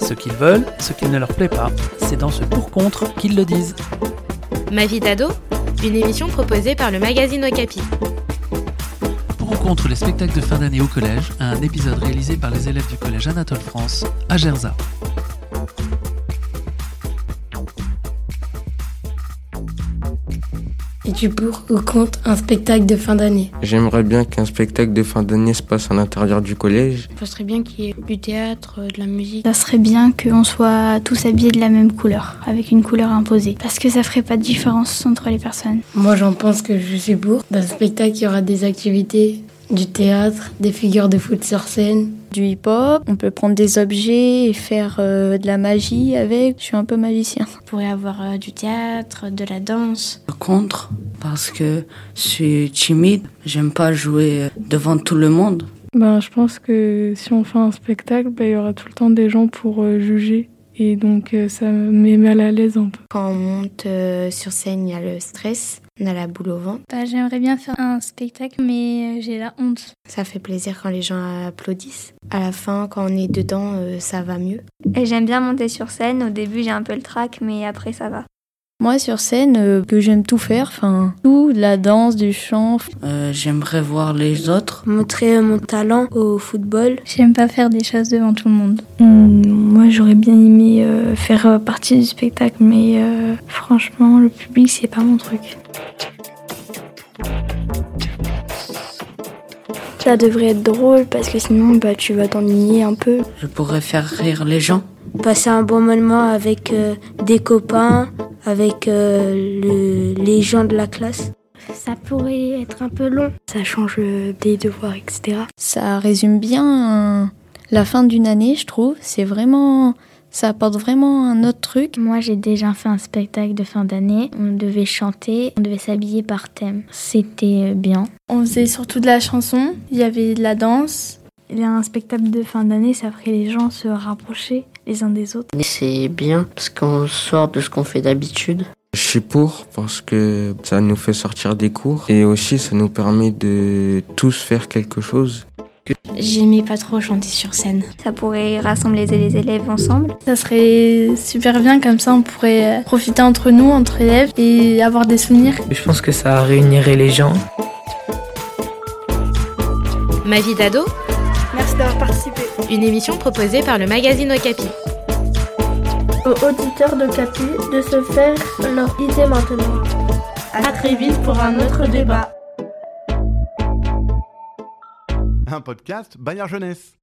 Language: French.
Ce qu'ils veulent, ce qui ne leur plaît pas, c'est dans ce pour-contre qu'ils le disent. Ma vie d'ado, une émission proposée par le magazine Okapi. Pour ou contre les spectacles de fin d'année au collège, un épisode réalisé par les élèves du collège Anatole France à Gerza. Et tu pour ou contre un spectacle de fin d'année J'aimerais bien qu'un spectacle de fin d'année se passe à l'intérieur du collège. Ça serait bien qu'il y ait du théâtre, euh, de la musique. Ça serait bien qu'on soit tous habillés de la même couleur, avec une couleur imposée, parce que ça ferait pas de différence entre les personnes. Moi j'en pense que je suis pour. Dans le spectacle, il y aura des activités, du théâtre, des figures de foot sur scène. Du hip-hop, on peut prendre des objets et faire euh, de la magie avec. Je suis un peu magicien. On pourrait avoir euh, du théâtre, de la danse. Contre, parce que je suis timide, j'aime pas jouer euh, devant tout le monde. Ben, je pense que si on fait un spectacle, ben, il y aura tout le temps des gens pour euh, juger. Et donc euh, ça me met mal à l'aise un peu. Quand on monte euh, sur scène, il y a le stress, on a la boule au ventre. Bah, J'aimerais bien faire un spectacle, mais euh, j'ai la honte. Ça fait plaisir quand les gens applaudissent. À la fin, quand on est dedans, euh, ça va mieux. Et j'aime bien monter sur scène. Au début, j'ai un peu le trac, mais après, ça va. Moi, sur scène, euh, que j'aime tout faire, enfin, tout, de la danse, du chant. Euh, J'aimerais voir les autres. Montrer euh, mon talent au football. J'aime pas faire des choses devant tout le monde. Mmh, moi, j'aurais bien aimé euh, faire euh, partie du spectacle, mais euh, franchement, le public, c'est pas mon truc. Ça devrait être drôle parce que sinon, bah, tu vas t'ennuyer un peu. Je pourrais faire rire les gens. Passer un bon moment avec euh, des copains, avec euh, le, les gens de la classe. Ça pourrait être un peu long. Ça change euh, des devoirs, etc. Ça résume bien la fin d'une année, je trouve. C'est vraiment. Ça apporte vraiment un autre truc. Moi, j'ai déjà fait un spectacle de fin d'année. On devait chanter, on devait s'habiller par thème. C'était euh, bien. On faisait surtout de la chanson, il y avait de la danse. Et un spectacle de fin d'année, ça ferait les gens se rapprocher les uns des autres. C'est bien parce qu'on sort de ce qu'on fait d'habitude. Je suis pour parce que ça nous fait sortir des cours et aussi ça nous permet de tous faire quelque chose. J'aimais pas trop chanter sur scène. Ça pourrait rassembler les élèves ensemble. Ça serait super bien comme ça, on pourrait euh, profiter entre nous, entre élèves et avoir des souvenirs. Je pense que ça réunirait les gens. Ma vie d'ado, Merci d'avoir participé. une émission proposée par le magazine Okapi. Aux auditeurs de Capi de se faire leur idée maintenant. À très vite pour un autre débat. Un podcast Bayard Jeunesse.